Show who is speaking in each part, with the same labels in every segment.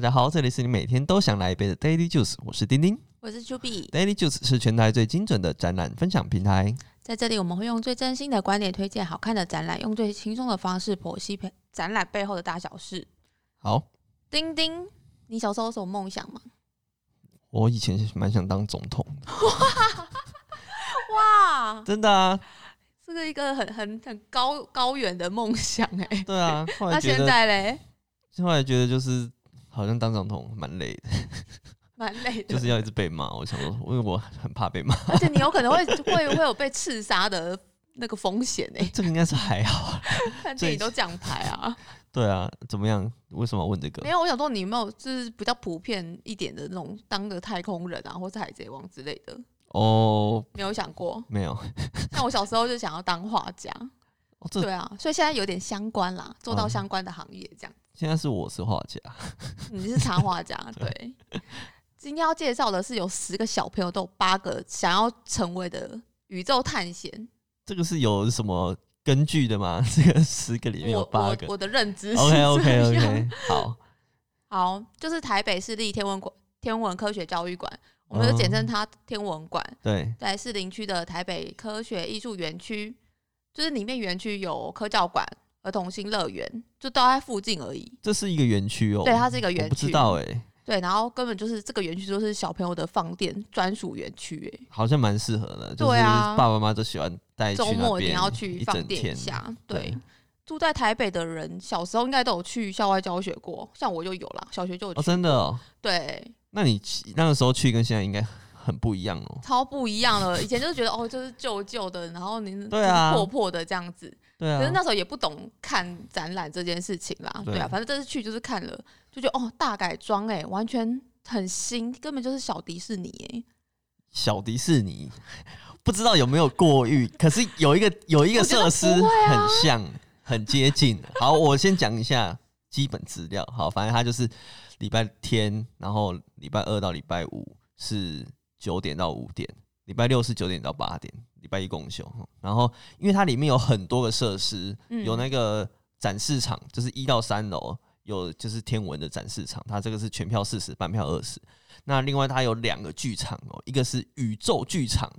Speaker 1: 家好，这里是你每天都想来一杯的 Daily Juice，我是丁丁。
Speaker 2: 我是 Juby，
Speaker 1: Daily Juice 是全台最精准的展览分享平台。
Speaker 2: 在这里我们会用最真心的观点推荐好看的展览，用最轻松的方式剖析陪展览背后的大小事。
Speaker 1: 好，
Speaker 2: 丁丁，你小时候有什么梦想吗？
Speaker 1: 我以前蛮想当总统的，
Speaker 2: 哇，
Speaker 1: 真的啊，
Speaker 2: 这是一个很很很高高远的梦想哎、
Speaker 1: 对 啊。后
Speaker 2: 那
Speaker 1: 来觉
Speaker 2: 现
Speaker 1: 得，
Speaker 2: 在嘞，
Speaker 1: 后来觉得就是好像当总统蛮累 的，
Speaker 2: 蛮累的，
Speaker 1: 就是要一直被骂。我想说，因为我很怕被骂，
Speaker 2: 而且你有可能会会会有被刺杀的那个风险哎、
Speaker 1: 这个应该是还好。
Speaker 2: 看电影都奖牌 啊，
Speaker 1: 对啊，怎么样？为什么要问这个
Speaker 2: 没？有，我想说你有没有就是比较普遍一点的那种当个太空人啊，或是海贼王之类的，
Speaker 1: 哦，
Speaker 2: 没有想过。
Speaker 1: 没有，
Speaker 2: 像我小时候就想要当画家，
Speaker 1: 哦、这
Speaker 2: 对啊，所以现在有点相关啦，做到
Speaker 1: 嗯
Speaker 2: 相关的行业 这样。
Speaker 1: 现在是我是画家，
Speaker 2: 你是插 画家，对。今天要介绍的是有十个小朋友都有八个想要成为的宇宙探险。
Speaker 1: 这个是有什么根据的吗？ 这个十个里面有
Speaker 2: 我
Speaker 1: 八
Speaker 2: 我
Speaker 1: 个。
Speaker 2: 我的认知是
Speaker 1: OK OK
Speaker 2: 这样
Speaker 1: OK，好，
Speaker 2: 好，就是台北市立天文馆天文科学教育馆，我们就简称它天文馆。
Speaker 1: 对，
Speaker 2: 在士林区的台北科学艺术园区，就是里面园区有科教馆、儿童新乐园，就都在附近而已。
Speaker 1: 这是一个园区哦。
Speaker 2: 对，它是一个园
Speaker 1: 我不
Speaker 2: 区，
Speaker 1: 知道哎、
Speaker 2: 对，然后根本就是这个园区就是小朋友的放电专属园区，哎，
Speaker 1: 好像蛮适合的，就是
Speaker 2: 对啊
Speaker 1: 爸爸妈妈都喜欢带去
Speaker 2: 周
Speaker 1: 那
Speaker 2: 末一
Speaker 1: 边，
Speaker 2: 定要去放
Speaker 1: 整
Speaker 2: 电一
Speaker 1: 天。
Speaker 2: 下。
Speaker 1: 对
Speaker 2: 对，住在台北的人小时候应该都有去校外教学过，像我就有啦，小学就有去。
Speaker 1: 哦，真的哦，
Speaker 2: 对，
Speaker 1: 那你那个时候去跟现在应该很不一样哦。
Speaker 2: 超不一样了。以前就是觉得哦，就是旧旧的，然后你
Speaker 1: 对啊
Speaker 2: 就是破破的这样子。
Speaker 1: 对
Speaker 2: 可是
Speaker 1: 啊，
Speaker 2: 那时候也不懂看展览这件事情啦，
Speaker 1: 对
Speaker 2: 对啊，反正这次去就是看了，就觉得哦，大改装哎、完全很新，根本就是小迪士尼哎、
Speaker 1: 小迪士尼不知道有没有过誉，可是有一个有一个
Speaker 2: 我觉
Speaker 1: 设
Speaker 2: 得
Speaker 1: 施
Speaker 2: 不会啊
Speaker 1: 很像，很接近。好，我先讲一下基本资料。好，反正它就是礼拜天，然后礼拜二到礼拜五是九点到五点，礼拜六是九点到八点，礼拜一公休。然后因为它里面有很多个设施，
Speaker 2: 嗯
Speaker 1: 有那个展示场，就是一到三楼有就是天文的展示场，它这个是全票四十，半票二十。那另外它有两个剧场哦，一个是宇宙剧场，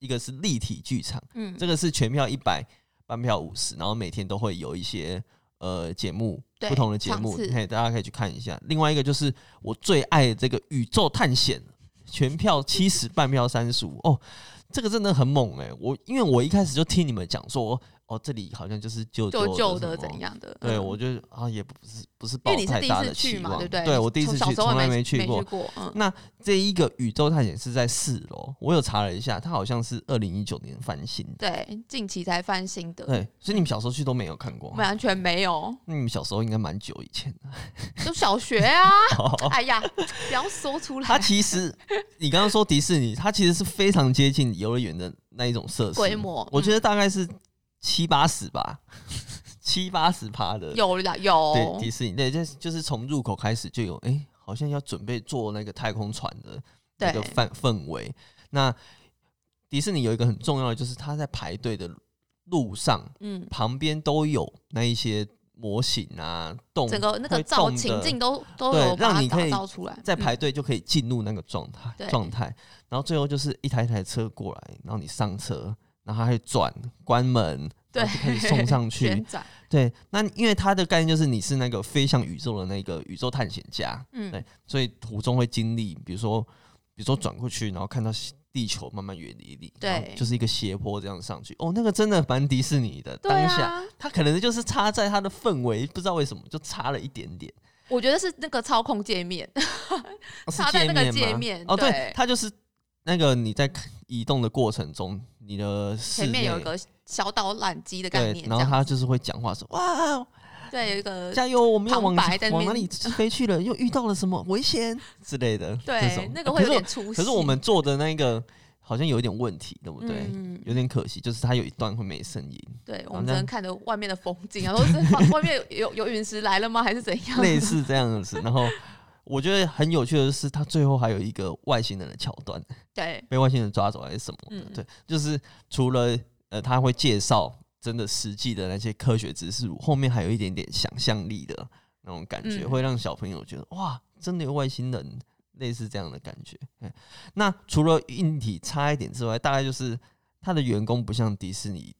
Speaker 1: 一个是立体剧场。
Speaker 2: 嗯，
Speaker 1: 这个是全票一百，半票五十，然后每天都会有一些呃节目，
Speaker 2: 对
Speaker 1: 不同的节目
Speaker 2: 场，次
Speaker 1: 嘿，大家可以去看一下。另外一个就是我最爱的这个宇宙探险，全票七十，半票三十五，哦，这个真的很猛哎、我因为我一开始就听你们讲说，哦，这里好像就是旧
Speaker 2: 旧旧
Speaker 1: 的
Speaker 2: 的
Speaker 1: 什么
Speaker 2: 怎？样的？
Speaker 1: 对，
Speaker 2: 嗯
Speaker 1: 我就啊，也不是不是
Speaker 2: 因
Speaker 1: 抱
Speaker 2: 为你是
Speaker 1: 太
Speaker 2: 第一
Speaker 1: 大的
Speaker 2: 次去
Speaker 1: 期
Speaker 2: 嘛，
Speaker 1: 望，
Speaker 2: 对不对？
Speaker 1: 对我第一次
Speaker 2: 从小
Speaker 1: 去，
Speaker 2: 时候
Speaker 1: 从
Speaker 2: 也
Speaker 1: 来
Speaker 2: 没
Speaker 1: 去过
Speaker 2: 没去。过，嗯，
Speaker 1: 那这一个宇宙探险是在四楼，我有查了一下，它好像是二零一九年翻新的。
Speaker 2: 对，近期才翻新的，
Speaker 1: 对，所以你们小时候去都没有看过
Speaker 2: 我，们完全没有，
Speaker 1: 那你们小时候应该蛮久以前 的。
Speaker 2: 就小学啊，哎呀，不要说出
Speaker 1: 它
Speaker 2: 来，
Speaker 1: 哦其实，你刚刚说迪士尼，它其实是非常接近游乐园的那一种设施
Speaker 2: 规模嗯
Speaker 1: 我觉得大概是七八十吧， 七八十趴的。
Speaker 2: 嗯有啦
Speaker 1: 对
Speaker 2: 有
Speaker 1: 迪，士尼，对，就是就是从入口开始就有，哎、好像要准备坐那个太空船的那个
Speaker 2: 对
Speaker 1: 氛氛围。那迪士尼有一个很重要的，就是它在排队的路上
Speaker 2: 嗯，
Speaker 1: 旁边都有那一些模型啊，动
Speaker 2: 整个那个
Speaker 1: 会
Speaker 2: 造
Speaker 1: 动的
Speaker 2: 情境都都
Speaker 1: 对
Speaker 2: 有把
Speaker 1: 让
Speaker 2: 它
Speaker 1: 你可
Speaker 2: 打
Speaker 1: 以
Speaker 2: 造出来，
Speaker 1: 在
Speaker 2: 嗯
Speaker 1: 排队就可以进入那个状态
Speaker 2: 对
Speaker 1: 状态，然后最后就是一台一台车过来，然后你上车，然后它会转关门，然后就开始送上 去
Speaker 2: 旋。转，
Speaker 1: 对，那因为它的概念就是你是那个飞向宇宙的那个宇宙探险家，
Speaker 2: 嗯
Speaker 1: 对，所以途中会经历，比如说比如说转过去，然后看到地球慢慢远离你，
Speaker 2: 对
Speaker 1: 然后就是一个斜坡这样上去。哦，那个真的蛮迪士尼的，
Speaker 2: 对
Speaker 1: 当下
Speaker 2: 啊，
Speaker 1: 它可能就是差在它的氛围，不知道为什么就差了一点点。
Speaker 2: 我觉得是那个操控界面，
Speaker 1: 哦是
Speaker 2: 插在那个
Speaker 1: 界
Speaker 2: 界
Speaker 1: 面
Speaker 2: 面
Speaker 1: 吗哦，对
Speaker 2: 对，
Speaker 1: 它就是那个你在移动的过程中，你的室
Speaker 2: 前面有
Speaker 1: 内
Speaker 2: 一个小导览机的概
Speaker 1: 对，
Speaker 2: 念，
Speaker 1: 然
Speaker 2: 这
Speaker 1: 后
Speaker 2: 样
Speaker 1: 它就是会讲话说哇，
Speaker 2: 对，有一个
Speaker 1: 加油，我们要
Speaker 2: 旁
Speaker 1: 往
Speaker 2: 白在那
Speaker 1: 往哪里
Speaker 2: 边
Speaker 1: 飞去了，又遇到了什么危险之类的，这
Speaker 2: 对
Speaker 1: 种
Speaker 2: 那个
Speaker 1: 啊
Speaker 2: 会有
Speaker 1: 可是
Speaker 2: 点出
Speaker 1: 我
Speaker 2: 戏，
Speaker 1: 可是我们做的那个好像有一点问题，对不对？
Speaker 2: 嗯
Speaker 1: 有点可惜，就是它有一段会没声 音，
Speaker 2: 对，
Speaker 1: 好
Speaker 2: 我们只
Speaker 1: 那
Speaker 2: 能看着外面的风景，然后是外面有有陨石来了吗？还是怎 样？
Speaker 1: 类似这样子。然后我觉得很有趣的是，它最后还有一个外星人的桥段，
Speaker 2: 对，
Speaker 1: 被外星人抓走还是什么的。
Speaker 2: 嗯
Speaker 1: 对，就是除了呃，他会介绍真的实际的那些科学知识，后面还有一点点想象力的那种感觉，
Speaker 2: 嗯
Speaker 1: 会让小朋友觉得哇，真的有外星人，类似这样的感觉。嗯那除了硬体差一点之外，大概就是他的员工不像迪士尼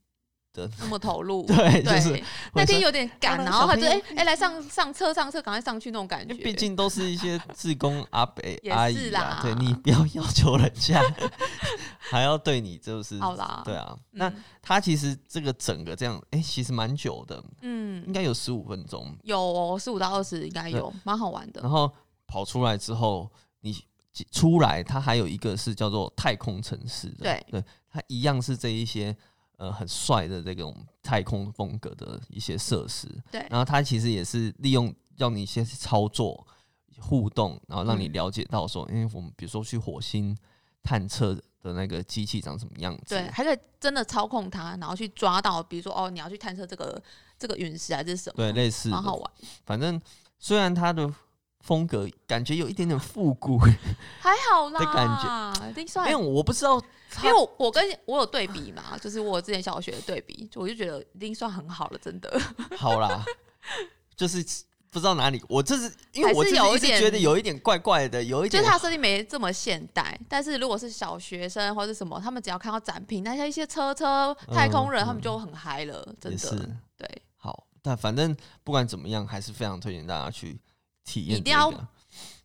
Speaker 1: 的，。
Speaker 2: 那么投入
Speaker 1: 对，
Speaker 2: 对，
Speaker 1: 就是
Speaker 2: 那
Speaker 1: 会
Speaker 2: 天
Speaker 1: 说
Speaker 2: 有点
Speaker 1: 当
Speaker 2: 赶，
Speaker 1: 然
Speaker 2: 然后他就
Speaker 1: 小
Speaker 2: 哎
Speaker 1: 朋
Speaker 2: 哎、来上上车上车，赶快上去那种感觉。
Speaker 1: 因为毕竟都是一些志工阿伯
Speaker 2: 也
Speaker 1: 阿
Speaker 2: 是
Speaker 1: 姨
Speaker 2: 啦
Speaker 1: 啊，对你不要要求人家， 还要对你就是
Speaker 2: 好啦
Speaker 1: 对啊。
Speaker 2: 嗯，
Speaker 1: 那他其实这个整个这样，哎、其实蛮久的，应
Speaker 2: 嗯
Speaker 1: 该有十五分钟。
Speaker 2: 有哦十五到二十应该有，蛮好玩的
Speaker 1: 然。后跑出来之后，你出来，它还有一个是叫做太空城市的，
Speaker 2: 对，
Speaker 1: 它一样是这一些呃很帅的这种太空风格的一些设施。
Speaker 2: 对
Speaker 1: 然后它其实也是利用让你先操作互动，然后让你
Speaker 2: 嗯
Speaker 1: 了解到说，因为我们比如说去火星探测的那个机器长什么样子，
Speaker 2: 对，还可以真的操控它，然后去抓到，比如说哦，你要去探测这个这个陨石还是什么，
Speaker 1: 对，类似的
Speaker 2: 蛮好玩。
Speaker 1: 反正虽然它的风格感觉有一点点复古，
Speaker 2: 还好啦，
Speaker 1: 的感
Speaker 2: 觉，一定算
Speaker 1: 因为。我不知道
Speaker 2: 因为我我跟我有对比嘛，就是我之前小学的对比，就我就觉得一定算很好了，真的。
Speaker 1: 好啦， 就是不知道哪里，我这是因为我自
Speaker 2: 还是
Speaker 1: 己
Speaker 2: 有一
Speaker 1: 一直
Speaker 2: 点
Speaker 1: 觉得有一点怪怪的，有一
Speaker 2: 就
Speaker 1: 点
Speaker 2: 是它的设定没这么现代，但是如果是小学生或者什么，他们只要看到展品，那些一些车车、太空人，
Speaker 1: 嗯
Speaker 2: 他们就很嗨了，真
Speaker 1: 也
Speaker 2: 的。
Speaker 1: 是
Speaker 2: 对，
Speaker 1: 好，但反正不管怎么样，还是非常推荐大家去体验、这
Speaker 2: 一定要
Speaker 1: 个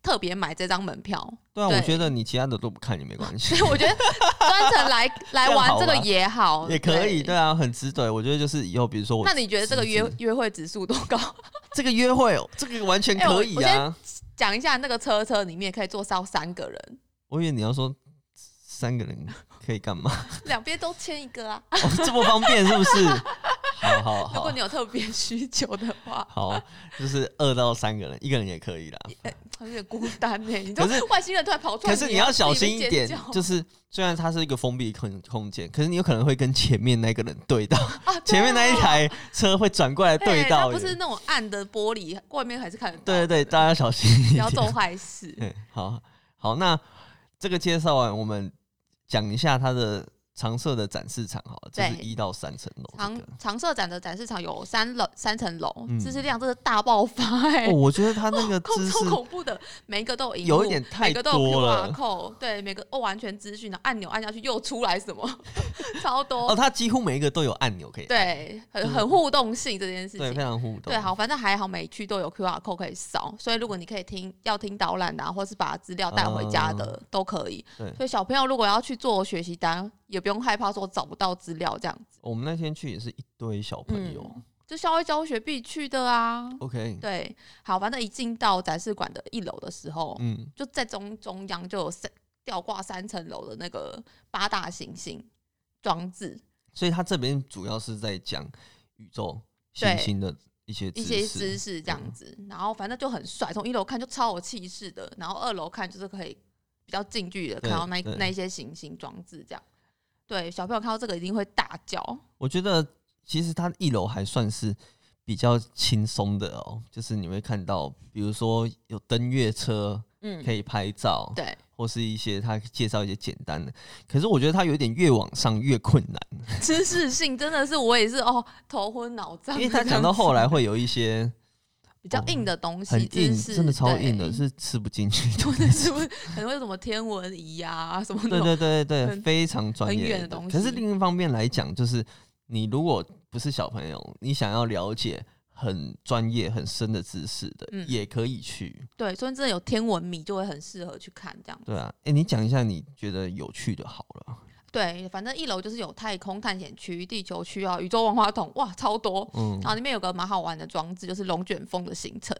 Speaker 2: 特别买这张门票，
Speaker 1: 对啊，
Speaker 2: 对
Speaker 1: 我觉得你其他的都不看也没关系
Speaker 2: 所以， 我觉得专程 来来玩这
Speaker 1: 这
Speaker 2: 个
Speaker 1: 样好吧
Speaker 2: 也好，
Speaker 1: 也可以，
Speaker 2: 对
Speaker 1: 对啊，很值得。我觉得就是以后，比如说我
Speaker 2: 那你觉得这个约
Speaker 1: 侄子
Speaker 2: 约会指数多高？
Speaker 1: 这个约会，哦这个完全
Speaker 2: 哎我
Speaker 1: 可以
Speaker 2: 我先
Speaker 1: 啊。
Speaker 2: 讲一下那个车车里面可以坐到三个人，
Speaker 1: 我以为你要说三个人可以干嘛、
Speaker 2: 两边都签一个啊。
Speaker 1: 哦， 这么方便是不是？好好
Speaker 2: 如
Speaker 1: 好
Speaker 2: 果你有特别需求的话，
Speaker 1: 好，就是二到三个人，一个人也可以啦。
Speaker 2: 有点孤单呢、你知道
Speaker 1: 可是
Speaker 2: 外星人突然跑出来，
Speaker 1: 可是你要小心一点
Speaker 2: 自己尖叫，
Speaker 1: 就是虽然它是一个封闭空空间，可是你有可能会跟前面那个人对 到，
Speaker 2: 啊对
Speaker 1: 前面那一
Speaker 2: 啊
Speaker 1: 台车会转过来对
Speaker 2: 它
Speaker 1: 到
Speaker 2: 哎不
Speaker 1: 人。
Speaker 2: 是那种暗的玻璃，外面还是看得到。
Speaker 1: 对对对，大家小心一
Speaker 2: 不 要做
Speaker 1: 点。
Speaker 2: 坏事。
Speaker 1: 对，好好，那这个介绍完，我们讲一下它的常设的展示场好了，就是
Speaker 2: 对
Speaker 1: 一到三层楼这
Speaker 2: 长
Speaker 1: 个。
Speaker 2: 长社展的展示场有三楼三层楼，
Speaker 1: 嗯
Speaker 2: 知识量真的大爆发哎、
Speaker 1: 哦，我觉得它那 个
Speaker 2: 恐
Speaker 1: 姿势
Speaker 2: 超恐怖的，每一个都有荧幕
Speaker 1: 有一点太
Speaker 2: 每个都有
Speaker 1: 多
Speaker 2: QR
Speaker 1: 了
Speaker 2: code，对，每个哦完全资讯，然后按钮按下去又出来什么， 超多，
Speaker 1: 哦，它几乎每一个都有按钮可以按，
Speaker 2: 对，很
Speaker 1: 就是
Speaker 2: 很互动性这件事
Speaker 1: 对，
Speaker 2: 情
Speaker 1: 非。常互动。
Speaker 2: 对，好，反正还好，每区都有 QR code 可以扫，所以如果你可以听要听导览的、啊，或是把资料带回家的、都可以。
Speaker 1: 嗯对
Speaker 2: 所以小朋友如果要去做学习单，也不用害怕说找不到资料这样子，
Speaker 1: 我们那天去也是一堆小朋友。
Speaker 2: 就校外教学必去的啊。
Speaker 1: OK，
Speaker 2: 嗯对，好，反正一进到展示馆的一楼的时候，
Speaker 1: 嗯，
Speaker 2: 就在中中央就有三吊挂三层楼的那个八大行星装置，
Speaker 1: 所以他这边主要是在讲宇宙
Speaker 2: 对
Speaker 1: 行星的一些知
Speaker 2: 一些
Speaker 1: 识
Speaker 2: 姿势这样子，然后反正就很帅，从一楼看就超有气势的，然后二楼看就是可以比较近距离的看到那
Speaker 1: 对对
Speaker 2: 那一些行星装置这样。对，小朋友看到这个一定会大叫，
Speaker 1: 我觉得其实它一楼还算是比较轻松的哦，就是你会看到，比如说有登月车
Speaker 2: 嗯，
Speaker 1: 可以拍照，
Speaker 2: 对，
Speaker 1: 或是一些他介绍一些简单的。可是我觉得它有点越往上越困难，
Speaker 2: 知识性真的是我也是哦，头昏脑胀
Speaker 1: 因
Speaker 2: 啊的这
Speaker 1: 为
Speaker 2: 样子，
Speaker 1: 他讲到后来会有一些
Speaker 2: 比较硬的东西，
Speaker 1: 很
Speaker 2: 知
Speaker 1: 硬，
Speaker 2: 识
Speaker 1: 真的超硬 的，
Speaker 2: 对
Speaker 1: 是吃不进去的。
Speaker 2: 或 者是不是可能会有什么天文仪啊什么 那
Speaker 1: 对
Speaker 2: 种，
Speaker 1: 对对对对，
Speaker 2: 很
Speaker 1: 非常专业
Speaker 2: 很远的东西
Speaker 1: 可是另一方面来讲，就是你如果不是小朋友，你想要了解很专业、很深的知识的，
Speaker 2: 嗯
Speaker 1: 也可以去。
Speaker 2: 对，所以真的有天文迷就会很适合去看这样。
Speaker 1: 对啊，哎、你讲一下你觉得有趣的好了。
Speaker 2: 对，反正一楼就是有太空探险区、地球区啊、宇宙万花筒，哇，超多。
Speaker 1: 嗯
Speaker 2: 然，后里面有个蛮好玩的装置，就是龙卷风的形成。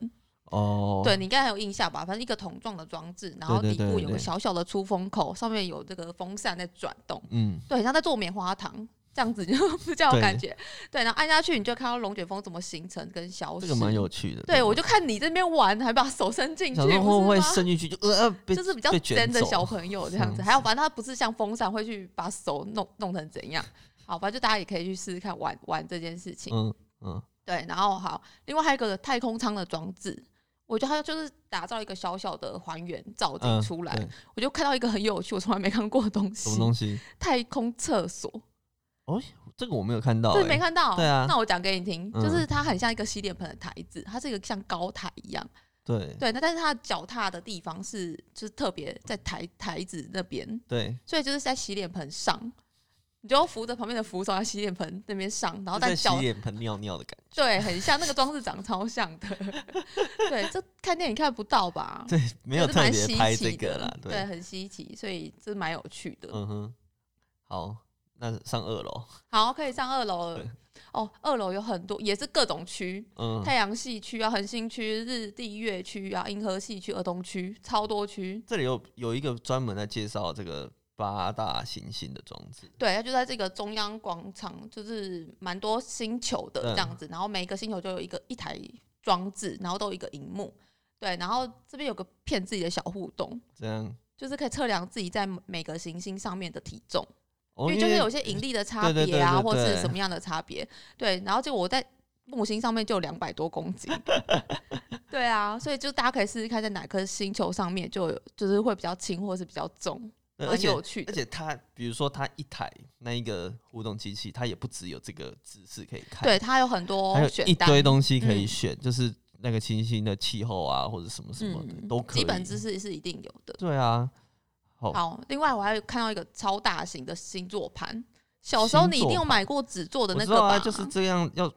Speaker 1: 哦，
Speaker 2: 对你应该还有印象吧？反正一个桶状的装置，然后
Speaker 1: 对
Speaker 2: 底
Speaker 1: 对对
Speaker 2: 部
Speaker 1: 对
Speaker 2: 有个
Speaker 1: 对
Speaker 2: 小小的出风口，上面有这个风扇在转动，
Speaker 1: 嗯，
Speaker 2: 对，很像在做棉花糖这样子，就比较有
Speaker 1: 对
Speaker 2: 感觉。对，然后按下去，你就看到龙卷风怎么形成跟消失。
Speaker 1: 这个蛮。有趣的。
Speaker 2: 对，我就看你这边玩，还把手伸进去，
Speaker 1: 想说会
Speaker 2: 不
Speaker 1: 不
Speaker 2: 是
Speaker 1: 会
Speaker 2: 吗
Speaker 1: 伸进去就呃呃被
Speaker 2: 就是比较
Speaker 1: 被卷
Speaker 2: 真的
Speaker 1: 走
Speaker 2: 小朋友这样 子。
Speaker 1: 嗯
Speaker 2: 还有，反正他不是像风扇会去把手弄弄成怎样。好，反正就大家也可以去试试看玩玩这件事情。
Speaker 1: 嗯嗯，
Speaker 2: 对，然后好，另外还有一个太空舱的装置，我觉得它就是打造一个小小的还原造景
Speaker 1: 嗯
Speaker 2: 出来。
Speaker 1: 对
Speaker 2: 我就看到一个很有趣，我从来没看过的东
Speaker 1: 什
Speaker 2: 西
Speaker 1: 么，东西？
Speaker 2: 太空厕所。
Speaker 1: 哦，这个我没有看到、
Speaker 2: 对，没
Speaker 1: 欸，
Speaker 2: 看到。
Speaker 1: 对啊
Speaker 2: 那我讲给你听，
Speaker 1: 嗯
Speaker 2: 就是它很像一个洗脸盆的台子，它是一个像高台一样。
Speaker 1: 对
Speaker 2: 对，那但是它的脚踏的地方是就是特别在台台子那边，
Speaker 1: 对，
Speaker 2: 所以就是在洗脸盆上，你就扶着旁边的扶手在洗脸盆那边上，然后
Speaker 1: 就在
Speaker 2: 在
Speaker 1: 洗
Speaker 2: 脚
Speaker 1: 脸盆尿尿的感 觉，
Speaker 2: 对，很像那个装置长超像 的。对，这看电影看不到吧？
Speaker 1: 对，没有
Speaker 2: 可是蛮
Speaker 1: 特别
Speaker 2: 稀
Speaker 1: 拍这
Speaker 2: 奇
Speaker 1: 个
Speaker 2: 的
Speaker 1: 啦，
Speaker 2: 对，
Speaker 1: 对，
Speaker 2: 很稀奇，所以这蛮有趣的。
Speaker 1: 嗯哼，好，那上二楼，
Speaker 2: 好，可以上二楼了
Speaker 1: 对。
Speaker 2: 哦，二楼有很多，也是各种区，
Speaker 1: 嗯，
Speaker 2: 太阳系区啊、恒星区、日地月区啊、银河系区、儿童区，超多区。
Speaker 1: 这里有有一个专门在介绍这个八大行星的装置，
Speaker 2: 对，它就在这个中央广场，就是蛮多星球的
Speaker 1: 对
Speaker 2: 这样子，然后每一个星球就有一个一台装置，然后都有一个荧幕。对，然后这边有个骗自己的小互动，
Speaker 1: 这样，
Speaker 2: 就是可以测量自己在每个行星上面的体重，
Speaker 1: 哦，
Speaker 2: 因为就是有一些盈利的差
Speaker 1: 对对
Speaker 2: 别
Speaker 1: 对
Speaker 2: 啊，
Speaker 1: 对
Speaker 2: 或
Speaker 1: 对
Speaker 2: 是什么样的差别。对，然后就我在木星上面就有两百多 公斤，对啊，所以就大家可以试试看在哪颗星球上面就有，就是会比较轻或是比较重，
Speaker 1: 对呃而
Speaker 2: 蛮
Speaker 1: 且
Speaker 2: 有趣
Speaker 1: 而
Speaker 2: 的。
Speaker 1: 且它，比如说它一台那一个互动机器，它也不只有这个姿势可以看，
Speaker 2: 对，它有很多
Speaker 1: 还有
Speaker 2: 选
Speaker 1: 一
Speaker 2: 单，
Speaker 1: 堆东西可以
Speaker 2: 嗯
Speaker 1: 选，就是那个清新的气候啊，或者什么什么的、都可以。
Speaker 2: 嗯基本知识是一定有的。
Speaker 1: 对啊，好
Speaker 2: 好，另外我还有看到一个超大型的星座盘，小时候你一定有买过纸做的
Speaker 1: 我
Speaker 2: 那
Speaker 1: 知
Speaker 2: 个
Speaker 1: 道
Speaker 2: 吧？
Speaker 1: 啊，就是这样要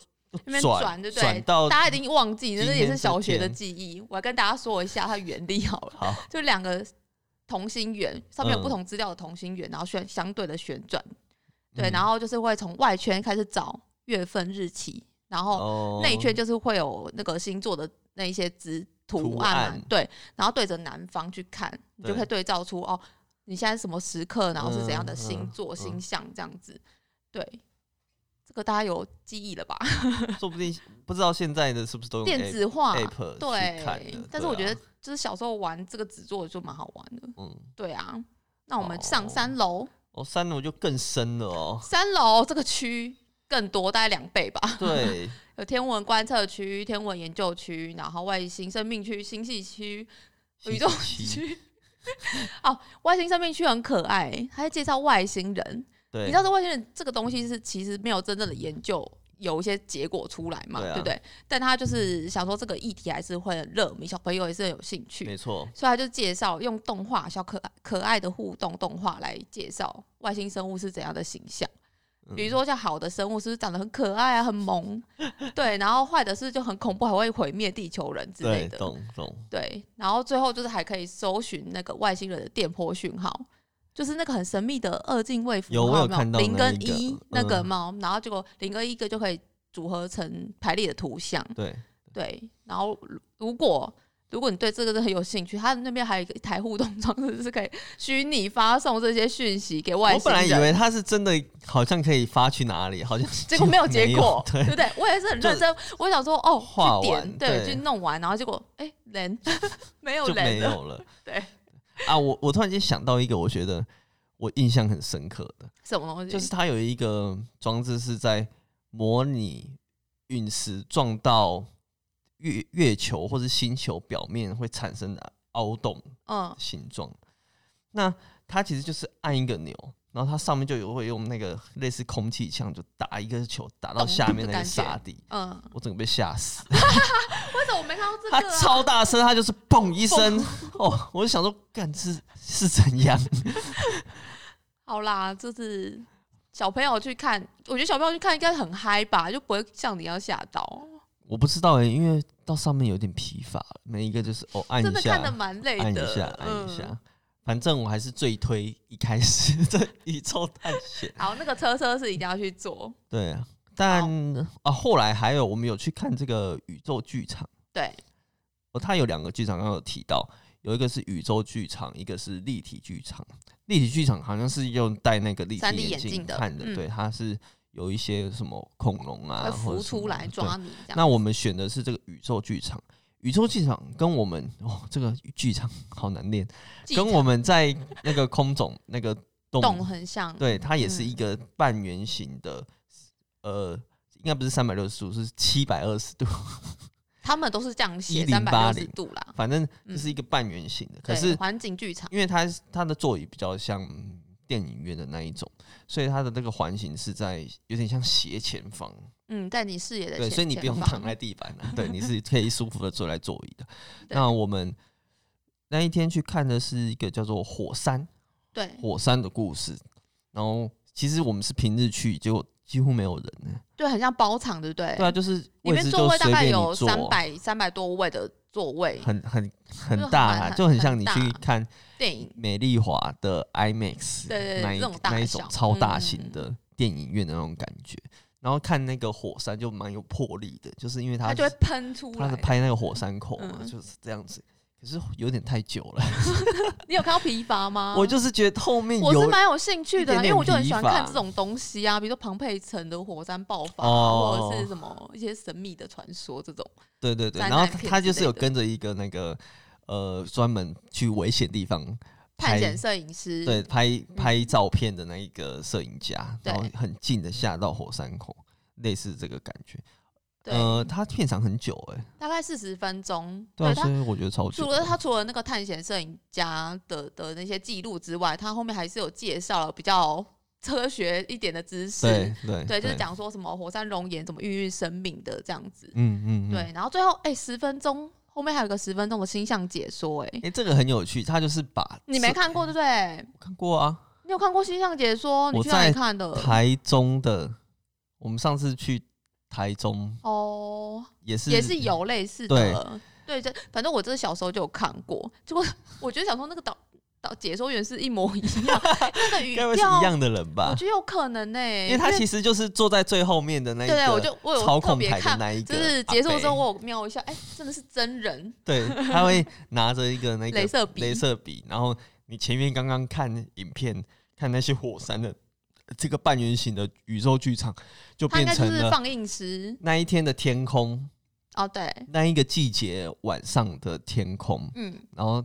Speaker 2: 那边
Speaker 1: 转
Speaker 2: 转，对不
Speaker 1: 转
Speaker 2: 对？
Speaker 1: 到
Speaker 2: 大家已经忘记，那
Speaker 1: 哦今
Speaker 2: 是
Speaker 1: 天
Speaker 2: 也是
Speaker 1: 这
Speaker 2: 小学的
Speaker 1: 天
Speaker 2: 记忆。我来跟大家说一下它原理好了，
Speaker 1: 好，
Speaker 2: 就两个同心圆，上面有
Speaker 1: 嗯
Speaker 2: 不同资料的同心圆，然后旋相对的旋转，对，
Speaker 1: 嗯
Speaker 2: 然后就是会从外圈开始找月份、日期，然后
Speaker 1: 哦
Speaker 2: 内圈就是会有那个星座的那一些字图案嘛
Speaker 1: 图案
Speaker 2: 对，然后对着南方去看，你就
Speaker 1: 对
Speaker 2: 可以对照出哦，你现在是什么时刻，然后是怎样的
Speaker 1: 嗯
Speaker 2: 星
Speaker 1: 嗯
Speaker 2: 座、
Speaker 1: 嗯
Speaker 2: 星象这样子，对。这个大家有记忆了吧？
Speaker 1: 说不定不知道现在的是不是都用
Speaker 2: 电子化
Speaker 1: app 去看
Speaker 2: 对
Speaker 1: 的，
Speaker 2: 但是我
Speaker 1: 对
Speaker 2: 觉
Speaker 1: 啊
Speaker 2: 得就是小时候玩这个纸做就蛮好玩的，
Speaker 1: 嗯，
Speaker 2: 对啊。那我们上
Speaker 1: 哦
Speaker 2: 三楼，，
Speaker 1: 哦，三楼就更深了哦
Speaker 2: 三楼这个区更多，大概两倍吧。
Speaker 1: 对，
Speaker 2: 有天文观测区、天文研究区，然后外星生命区、星系区、宇宙
Speaker 1: 星期七
Speaker 2: 区。 哦，外星生命区很可爱、它在介绍外星人。
Speaker 1: 对，
Speaker 2: 你知道这外星人这个东西是其实没有真正的研究有一些结果出来嘛，
Speaker 1: 对啊
Speaker 2: 对不对？但他就是想说这个议题还是会很热门，小朋友也是很有兴趣，
Speaker 1: 没错，
Speaker 2: 所以他就介绍用动画小可爱可爱的互动动画来介绍外星生物是怎样的形象。
Speaker 1: 嗯
Speaker 2: 比如说，像好的生物是不是长得很可爱啊，很萌， 对，然后坏的是就很恐怖，还会毁灭地球人之类
Speaker 1: 对，
Speaker 2: 的，
Speaker 1: 懂懂，
Speaker 2: 对，然后最后就是还可以搜寻那个外星人的电波讯号，就是那个很神秘的二进位符
Speaker 1: 有我
Speaker 2: 号，
Speaker 1: 有看到
Speaker 2: 零
Speaker 1: 那
Speaker 2: 跟
Speaker 1: 一个
Speaker 2: 一那个
Speaker 1: 嗯
Speaker 2: 嘛，然后结果零跟一个就可以组合成排列的图像，
Speaker 1: 对，
Speaker 2: 对，然后如如果如果你对这个是很有兴趣，它那边还有一个一台互动装置，是可以虚拟发送这些讯息给外
Speaker 1: 我
Speaker 2: 星
Speaker 1: 本来以
Speaker 2: 人。
Speaker 1: 为它是真的，好像可以发去哪里，好像
Speaker 2: 结果没有结果，
Speaker 1: 对
Speaker 2: 对，不对？我也是很
Speaker 1: 就
Speaker 2: 认真，我想说哦，
Speaker 1: 画
Speaker 2: 去
Speaker 1: 完
Speaker 2: 点对，
Speaker 1: 对
Speaker 2: 去弄完，然后结果哎人 没有
Speaker 1: 就没
Speaker 2: 人了，
Speaker 1: 有了。
Speaker 2: 对
Speaker 1: 啊，我我突然间想到一个，我觉得我印象很深刻的，
Speaker 2: 什么东西？
Speaker 1: 就是它有一个装置是在模拟陨石撞到月月球或是星球表面会产生的凹洞
Speaker 2: 嗯
Speaker 1: 形状。那它其实就是按一个钮，然后它上面就有会用那个类似空气枪，就打一个球打到
Speaker 2: 咚
Speaker 1: 下面那
Speaker 2: 的
Speaker 1: 个
Speaker 2: 感觉
Speaker 1: 沙地。
Speaker 2: 嗯，
Speaker 1: 我整个被吓死，
Speaker 2: 为什么我没看到这
Speaker 1: 它
Speaker 2: 个、啊？
Speaker 1: 超大声，它就是砰一声，哦，我就想说，干是是怎样？
Speaker 2: 好啦，就是小朋友去看，我觉得小朋友去看应该很嗨吧，就不会像你一样吓到。
Speaker 1: 我不知道哎、因为到上面有点疲乏了，每一个就是哦按
Speaker 2: 真
Speaker 1: 一
Speaker 2: 的
Speaker 1: 下
Speaker 2: 看，的蛮累的，
Speaker 1: 按一下，按
Speaker 2: 嗯
Speaker 1: 一下。反正我还是最推一开始这 宇宙探险，
Speaker 2: 好，那个车车是一定要去做，
Speaker 1: 对啊。但啊，后来还有我们有去看这个宇宙剧场，
Speaker 2: 对，
Speaker 1: 哦，它有两个剧场，刚刚有提到，有一个是宇宙剧场，一个是立体剧场。立体剧场好像是用戴那个立
Speaker 2: 3D
Speaker 1: 体
Speaker 2: 眼
Speaker 1: 镜
Speaker 2: 镜的
Speaker 1: 看的，
Speaker 2: 嗯
Speaker 1: 对，它是有一些什么恐龙啊，
Speaker 2: 会
Speaker 1: 或者
Speaker 2: 浮
Speaker 1: 什么
Speaker 2: 出来
Speaker 1: 的
Speaker 2: 抓你这
Speaker 1: 对
Speaker 2: 样。
Speaker 1: 那我们选的是这个宇宙剧场，宇宙剧场跟我们哦，这个剧场好难念，
Speaker 2: 技巧
Speaker 1: 跟我们在那个空总那个洞，
Speaker 2: 懂很像，
Speaker 1: 对，它也是
Speaker 2: 嗯
Speaker 1: 一个半圆形的，呃，应该不是三百六十度，是七百二十度。
Speaker 2: 他们都是这样写三百六十
Speaker 1: 1080
Speaker 2: 度啦。
Speaker 1: 反正这是一个半圆形的，可
Speaker 2: 嗯对
Speaker 1: 是
Speaker 2: 环境剧场，
Speaker 1: 因为它它的座椅比较像嗯电影院的那一种，所以它的那个环形是在有点像斜前方，
Speaker 2: 嗯，在你视野的
Speaker 1: 对，
Speaker 2: 前
Speaker 1: 所以你不用
Speaker 2: 前
Speaker 1: 躺
Speaker 2: 方
Speaker 1: 在地板啊， 对，你是可以舒服的坐在座椅的。
Speaker 2: 对
Speaker 1: 那我们那一天去看的是一个叫做《火山》
Speaker 2: 对
Speaker 1: 火山的故事，然后其实我们是平日去，结果几乎没有人呢、
Speaker 2: 对，很像包场，对不对？
Speaker 1: 对啊，就是
Speaker 2: 里
Speaker 1: 位
Speaker 2: 面
Speaker 1: 置
Speaker 2: 座
Speaker 1: 就
Speaker 2: 位大
Speaker 1: 随
Speaker 2: 概
Speaker 1: 便
Speaker 2: 有
Speaker 1: 你坐，
Speaker 2: 三百三百多位的座位，
Speaker 1: 很很很
Speaker 2: 就是很
Speaker 1: 大
Speaker 2: 蛮
Speaker 1: 啦，
Speaker 2: 很
Speaker 1: 就很
Speaker 2: 很
Speaker 1: 像你去
Speaker 2: 大
Speaker 1: 看
Speaker 2: 电影
Speaker 1: 美丽华的 IMAX
Speaker 2: 对对对
Speaker 1: 那一
Speaker 2: 这种大
Speaker 1: 那一种
Speaker 2: 小
Speaker 1: 超大
Speaker 2: 嗯
Speaker 1: 型的电影院的那种感觉。然后看那个火山就蛮有魄力的，就是因为它
Speaker 2: 它
Speaker 1: 是
Speaker 2: 就会喷出
Speaker 1: 它
Speaker 2: 来
Speaker 1: 是。拍那个火山口嘛，
Speaker 2: 嗯
Speaker 1: 就是这样子。可是有点太久了，
Speaker 2: 你有看到疲乏吗？
Speaker 1: 我就是觉得后面
Speaker 2: 啊我是
Speaker 1: 有
Speaker 2: 蛮有兴趣的
Speaker 1: 一
Speaker 2: 啦，
Speaker 1: 点
Speaker 2: 因为我就
Speaker 1: 点
Speaker 2: 很
Speaker 1: 疲
Speaker 2: 喜欢
Speaker 1: 乏
Speaker 2: 看这种东西啊，比如说庞佩城的火山爆发啊，
Speaker 1: 哦
Speaker 2: 或者是什么一些神秘的传说这种。
Speaker 1: 对对对，
Speaker 2: 灾
Speaker 1: 然后
Speaker 2: 难片
Speaker 1: 他
Speaker 2: 之
Speaker 1: 就是
Speaker 2: 类
Speaker 1: 有
Speaker 2: 的
Speaker 1: 跟着一个那个呃专门去危险地方
Speaker 2: 探
Speaker 1: 拍
Speaker 2: 险摄影师，
Speaker 1: 对，拍拍照片的那一个摄影家，然后
Speaker 2: 嗯对
Speaker 1: 很近的下到火山口，类似这个感觉。
Speaker 2: 对
Speaker 1: 呃，他片长很久哎、
Speaker 2: 大概四十分钟。
Speaker 1: 对啊，所
Speaker 2: 他
Speaker 1: 以我觉得超久
Speaker 2: 除
Speaker 1: 的。
Speaker 2: 了他除了那个探险摄影家的的那些记录之外，他后面还是有介绍了比较 科学一点的知识，
Speaker 1: 对对
Speaker 2: 对，就是，讲说什么火山熔岩怎么孕育生命的这样子。
Speaker 1: 嗯嗯，嗯。
Speaker 2: 对，然后最后哎，十、分钟后面还有个十分钟的星象解说、哎，
Speaker 1: 哎、这个很有趣，他就是把
Speaker 2: 你没
Speaker 1: 这
Speaker 2: 看过对不对？
Speaker 1: 我看过啊？
Speaker 2: 你有看过星象解说？你
Speaker 1: 我
Speaker 2: 去哪
Speaker 1: 在
Speaker 2: 里看的？
Speaker 1: 台中的，我们上次去台中
Speaker 2: 哦，
Speaker 1: 也是
Speaker 2: 也是有类似的。对，这反正我这是小时候就有看过，结果我觉得想说那个导导解说员是一模一样， 那个语
Speaker 1: 该不
Speaker 2: 调
Speaker 1: 会是一样的人吧
Speaker 2: 我？觉得有可能呢、
Speaker 1: 因为他其实就是坐在最后面的那一
Speaker 2: 对
Speaker 1: 个
Speaker 2: 对，我就我
Speaker 1: 操
Speaker 2: 有特
Speaker 1: 控
Speaker 2: 别
Speaker 1: 台的
Speaker 2: 看，
Speaker 1: 那一个
Speaker 2: 就
Speaker 1: 阿伯，
Speaker 2: 是结束之后我有瞄一下，哎、真的是真人，
Speaker 1: 对，他会拿着一个那个
Speaker 2: 镭射笔
Speaker 1: 镭射笔，然后你前面刚刚看影片，看那些火山的这个半圆形的宇宙剧场，就
Speaker 2: 他应
Speaker 1: 变
Speaker 2: 该就
Speaker 1: 成
Speaker 2: 是
Speaker 1: 了
Speaker 2: 放映师
Speaker 1: 那一天的天空，
Speaker 2: 哦，对，
Speaker 1: 那一个季节晚上的天空，
Speaker 2: 嗯，
Speaker 1: 然后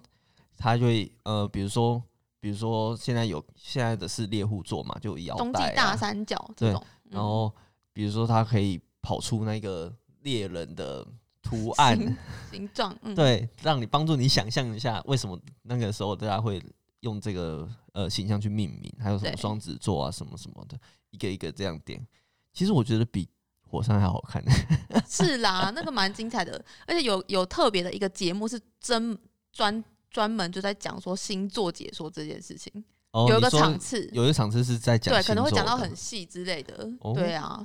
Speaker 1: 他就会呃，比如说，比如说现在有现在的是猎户座嘛，就摇
Speaker 2: 冬季
Speaker 1: 摆、
Speaker 2: 大
Speaker 1: 啊，
Speaker 2: 三角
Speaker 1: 对
Speaker 2: 这种，嗯
Speaker 1: 然后比如说它可以跑出那个猎人的图案。
Speaker 2: 形形状，嗯，
Speaker 1: 对，让你帮助你想象一下，为什么那个时候大家会用这个呃形象去命名，还有什么
Speaker 2: 对
Speaker 1: 双子座啊，什么什么的，一个一个这样点。其实我觉得比火山还好看。
Speaker 2: 是啦，那个蛮精彩的，而且有有特别的一个节目是真专专门就在讲说星座解说这件事情，
Speaker 1: 哦，
Speaker 2: 有一
Speaker 1: 你
Speaker 2: 个
Speaker 1: 说
Speaker 2: 场次，
Speaker 1: 有一个场次是在讲
Speaker 2: 对，可能会
Speaker 1: 星座
Speaker 2: 讲到
Speaker 1: 的
Speaker 2: 很。细之类的，
Speaker 1: 哦
Speaker 2: 对啊，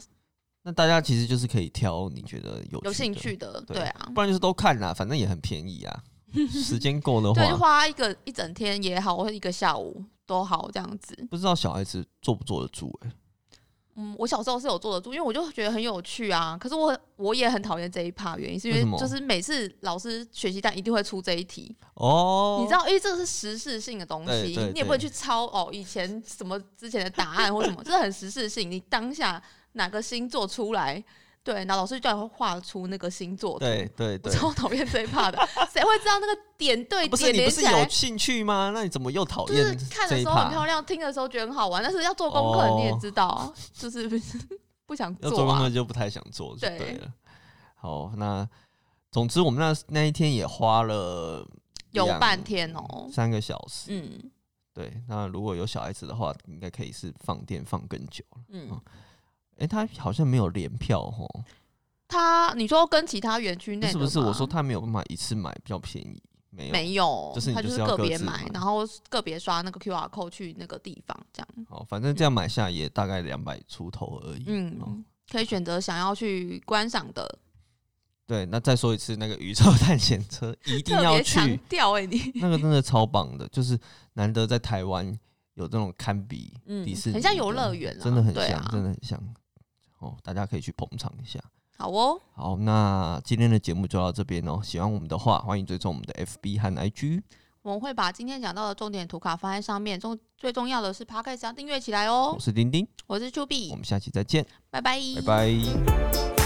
Speaker 1: 那大家其实就是可以挑你觉得有
Speaker 2: 有兴
Speaker 1: 的，
Speaker 2: 趣的，
Speaker 1: 对
Speaker 2: 对啊。
Speaker 1: 不然就是都看啦，反正也很便宜 啊。时间够的
Speaker 2: 对，就
Speaker 1: 话，
Speaker 2: 花一个一整天也好，或者一个下午都好，这样子。
Speaker 1: 不知道小孩子坐不坐得住哎、
Speaker 2: 嗯，我小时候是有坐得住，因为我就觉得很有趣啊。可是我我也很讨厌这一趴，原因是因
Speaker 1: 为什么
Speaker 2: 为就是每次老师学习单一定会出这一题，
Speaker 1: 哦，
Speaker 2: 你知道，因为这个是时事性的东
Speaker 1: 对
Speaker 2: 西
Speaker 1: 对，
Speaker 2: 你也
Speaker 1: 对
Speaker 2: 不会去抄哦，以前什么之前的答案或什么，这很时事性。你当下哪个星座出来，对，然后老师就叫你画出那个星座图。
Speaker 1: 对对
Speaker 2: 我
Speaker 1: 对，啊
Speaker 2: 超讨厌这一趴的，谁会知道那个点对
Speaker 1: 不是
Speaker 2: 点
Speaker 1: 你不
Speaker 2: 连
Speaker 1: 是
Speaker 2: 起来
Speaker 1: 有？兴趣吗？那你怎么又讨
Speaker 2: 就是
Speaker 1: 厌
Speaker 2: 看
Speaker 1: 这
Speaker 2: 的
Speaker 1: 一
Speaker 2: 时候很
Speaker 1: 趴？
Speaker 2: 漂亮，听的时候觉得很好玩，但是要做功课你也
Speaker 1: 哦
Speaker 2: 知道，就是 不是不想
Speaker 1: 要做
Speaker 2: 做
Speaker 1: 功课
Speaker 2: 啊。
Speaker 1: 就不太想做，就
Speaker 2: 对
Speaker 1: 对了。好，那总之我们那那一天也花了
Speaker 2: 有
Speaker 1: 两
Speaker 2: 半天哦
Speaker 1: 三个小时。
Speaker 2: 嗯
Speaker 1: 对，那如果有小孩子的话，应该可以是放电放更久了。
Speaker 2: 嗯，
Speaker 1: 哎、他好像没有联票哦，
Speaker 2: 他你说跟其他园区
Speaker 1: 不
Speaker 2: 内
Speaker 1: 是
Speaker 2: 的
Speaker 1: 不是？我
Speaker 2: 吗
Speaker 1: 说他没有办法一次买比较便宜，没有。
Speaker 2: 没有，
Speaker 1: 就是你
Speaker 2: 他
Speaker 1: 就
Speaker 2: 就是是
Speaker 1: 要
Speaker 2: 个
Speaker 1: 各
Speaker 2: 别
Speaker 1: 自
Speaker 2: 买
Speaker 1: 买，
Speaker 2: 然后个别刷那个 QR code 去那个地方，这样。
Speaker 1: 好，哦反正这样买下来也大概两百出头而已。
Speaker 2: 嗯，
Speaker 1: 哦
Speaker 2: 可以选择想要去观赏的，
Speaker 1: 对，那再说一次，那个宇宙探险车一定
Speaker 2: 特
Speaker 1: 要
Speaker 2: 别
Speaker 1: 去。
Speaker 2: 强调哎， 你
Speaker 1: 那个真的超棒的，就是难得在台湾有这种堪比
Speaker 2: 嗯
Speaker 1: 迪士尼的，
Speaker 2: 很像游乐园啊
Speaker 1: 真的很
Speaker 2: 对
Speaker 1: 像，
Speaker 2: 啊
Speaker 1: 真的很像。哦，大家可以去捧场一下。
Speaker 2: 好哦，
Speaker 1: 好，那今天的节目就到这边哦。喜欢我们的话，欢迎追踪我们的 FB 和 IG。
Speaker 2: 我们会把今天讲到的重点图卡放在上面，重最重要的是 Podcast 要订阅起来哦
Speaker 1: 我。是丁丁，
Speaker 2: 我是 Q
Speaker 1: 我
Speaker 2: B，
Speaker 1: 们下期再见，
Speaker 2: 拜拜，
Speaker 1: 拜。拜。